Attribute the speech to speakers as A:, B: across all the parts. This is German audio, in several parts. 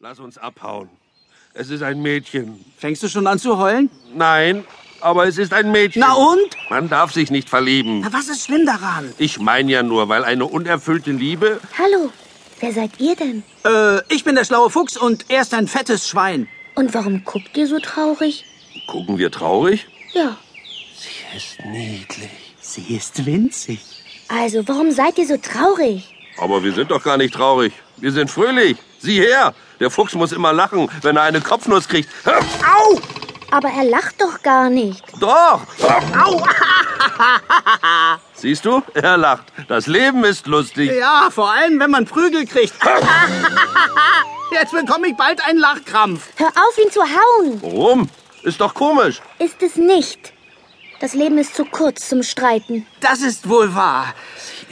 A: Lass uns abhauen. Es ist ein Mädchen.
B: Fängst du schon an zu heulen?
A: Nein, aber es ist ein Mädchen.
B: Na und?
A: Man darf sich nicht verlieben.
B: Na, was ist schlimm daran?
A: Ich meine ja nur, weil eine unerfüllte Liebe.
C: Hallo, wer seid ihr denn?
B: Äh, ich bin der schlaue Fuchs und er ist ein fettes Schwein.
C: Und warum guckt ihr so traurig?
A: Gucken wir traurig?
C: Ja.
A: Sie ist niedlich.
B: Sie ist winzig.
C: Also, warum seid ihr so traurig?
A: Aber wir sind doch gar nicht traurig. Wir sind fröhlich. Sieh her. Der Fuchs muss immer lachen, wenn er eine Kopfnuss kriegt. Au!
C: Aber er lacht doch gar nicht.
A: Doch! Au! Siehst du? Er lacht. Das Leben ist lustig.
B: Ja, vor allem, wenn man Prügel kriegt. Jetzt bekomme ich bald einen Lachkrampf.
C: Hör auf, ihn zu hauen.
A: Warum? Ist doch komisch.
C: Ist es nicht. Das Leben ist zu kurz zum Streiten.
B: Das ist wohl wahr.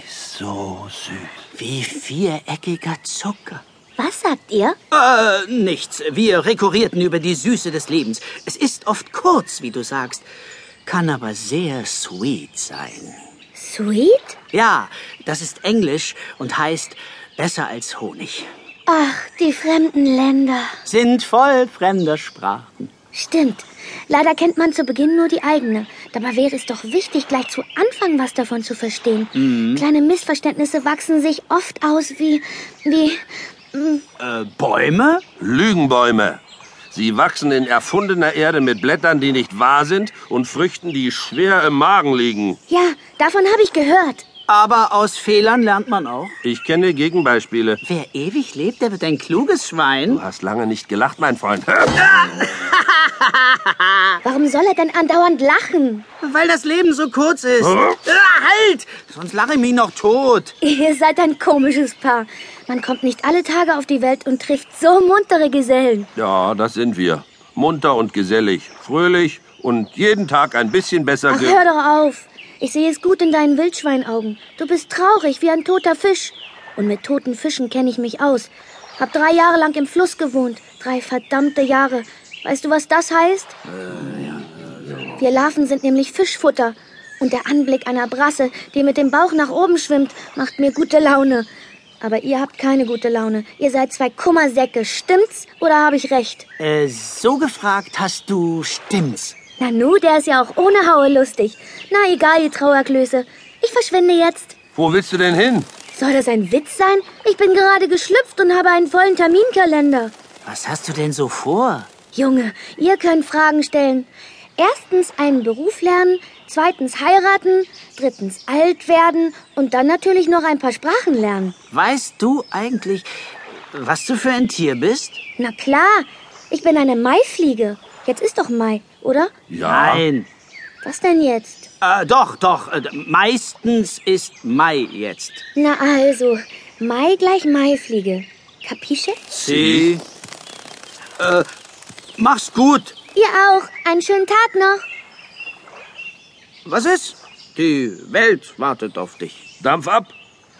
A: So süß.
D: Wie viereckiger Zucker.
C: Was sagt ihr?
B: Äh, nichts. Wir rekurrierten über die Süße des Lebens. Es ist oft kurz, wie du sagst. Kann aber sehr sweet sein.
C: Sweet?
B: Ja, das ist Englisch und heißt besser als Honig.
C: Ach, die fremden Länder.
B: Sind voll fremder Sprachen.
C: Stimmt. Leider kennt man zu Beginn nur die eigene. Dabei wäre es doch wichtig, gleich zu Anfang was davon zu verstehen. Kleine Missverständnisse wachsen sich oft aus wie. wie.
B: Äh, Bäume?
A: Lügenbäume. Sie wachsen in erfundener Erde mit Blättern, die nicht wahr sind und Früchten, die schwer im Magen liegen.
C: Ja, davon habe ich gehört.
B: Aber aus Fehlern lernt man auch.
A: Ich kenne Gegenbeispiele.
B: Wer ewig lebt, der wird ein kluges Schwein.
A: Du hast lange nicht gelacht, mein Freund.
C: Warum soll er denn andauernd lachen?
B: Weil das Leben so kurz ist. Ah, halt! Sonst lache ich mich noch tot.
C: Ihr seid ein komisches Paar. Man kommt nicht alle Tage auf die Welt und trifft so muntere Gesellen.
A: Ja, das sind wir. Munter und gesellig, fröhlich und jeden Tag ein bisschen besser.
C: Ach,
A: ge-
C: hör doch auf. Ich sehe es gut in deinen Wildschweinaugen. Du bist traurig wie ein toter Fisch. Und mit toten Fischen kenne ich mich aus. Hab drei Jahre lang im Fluss gewohnt. Drei verdammte Jahre. Weißt du, was das heißt? Wir Larven sind nämlich Fischfutter. Und der Anblick einer Brasse, die mit dem Bauch nach oben schwimmt, macht mir gute Laune. Aber ihr habt keine gute Laune. Ihr seid zwei Kummersäcke. Stimmt's oder habe ich recht?
B: Äh, so gefragt hast du, stimmt's.
C: Nanu, der ist ja auch ohne Haue lustig. Na egal, ihr Trauerklöße. Ich verschwinde jetzt.
A: Wo willst du denn hin?
C: Soll das ein Witz sein? Ich bin gerade geschlüpft und habe einen vollen Terminkalender.
B: Was hast du denn so vor?
C: Junge, ihr könnt Fragen stellen. Erstens einen Beruf lernen, zweitens heiraten, drittens alt werden und dann natürlich noch ein paar Sprachen lernen.
B: Weißt du eigentlich, was du für ein Tier bist?
C: Na klar, ich bin eine Maifliege. Jetzt ist doch Mai, oder?
A: Ja.
B: Nein.
C: Was denn jetzt?
B: Äh, doch, doch. Äh, meistens ist Mai jetzt.
C: Na also, Mai gleich Maifliege. Kapische?
B: Sie. Äh, mach's gut.
C: Ihr auch. Einen schönen Tag noch.
B: Was ist? Die Welt wartet auf dich.
A: Dampf ab.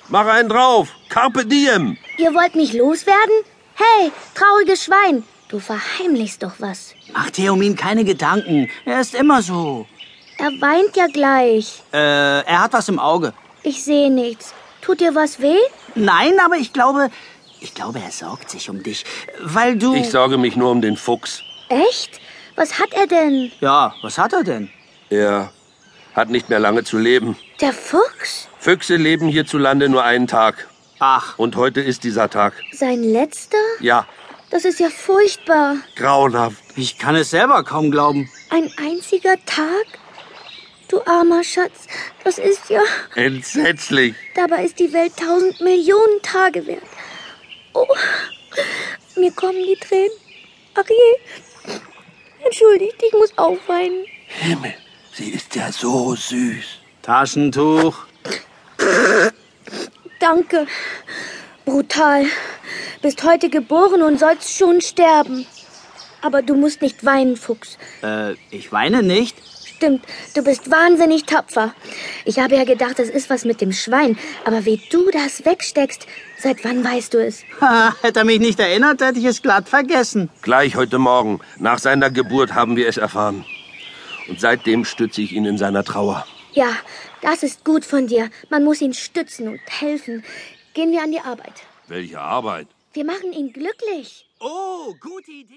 A: Mach einen drauf. Carpe diem.
C: Ihr wollt mich loswerden? Hey, trauriges Schwein, du verheimlichst doch was.
B: Mach dir um ihn keine Gedanken. Er ist immer so.
C: Er weint ja gleich.
B: Äh, er hat was im Auge.
C: Ich sehe nichts. Tut dir was weh?
B: Nein, aber ich glaube, ich glaube, er sorgt sich um dich, weil du.
A: Ich sorge mich nur um den Fuchs.
C: Echt? Was hat er denn?
B: ja, was hat er denn?
A: Er hat nicht mehr lange zu leben.
C: Der Fuchs?
A: Füchse leben hierzulande nur einen Tag.
B: Ach,
A: Und heute ist dieser Tag.
C: Sein letzter?
A: Ja,
C: Das ist ja furchtbar.
A: grauenhaft.
B: ich kann es selber kaum glauben.
C: Ein einziger Tag? Du armer Schatz, das ist ja.
A: Entsetzlich.
C: Dabei ist die Welt tausend Millionen Tage wert. Oh, mir kommen die Tränen. Ach je. Entschuldigt, ich muss aufweinen.
A: Himmel, sie ist ja so süß.
B: Taschentuch.
C: Danke. Brutal. Bist heute geboren und sollst schon sterben. Aber du musst nicht weinen, Fuchs.
B: Äh, ich weine nicht.
C: Stimmt, du bist wahnsinnig tapfer. Ich habe ja gedacht, es ist was mit dem Schwein. Aber wie du das wegsteckst, seit wann weißt du es?
B: Ha, hätte er mich nicht erinnert, hätte ich es glatt vergessen.
A: Gleich heute Morgen, nach seiner Geburt, haben wir es erfahren. Und seitdem stütze ich ihn in seiner Trauer.
C: Ja, das ist gut von dir. Man muss ihn stützen und helfen. Gehen wir an die Arbeit.
A: Welche Arbeit?
C: Wir machen ihn glücklich.
B: Oh, gute Idee.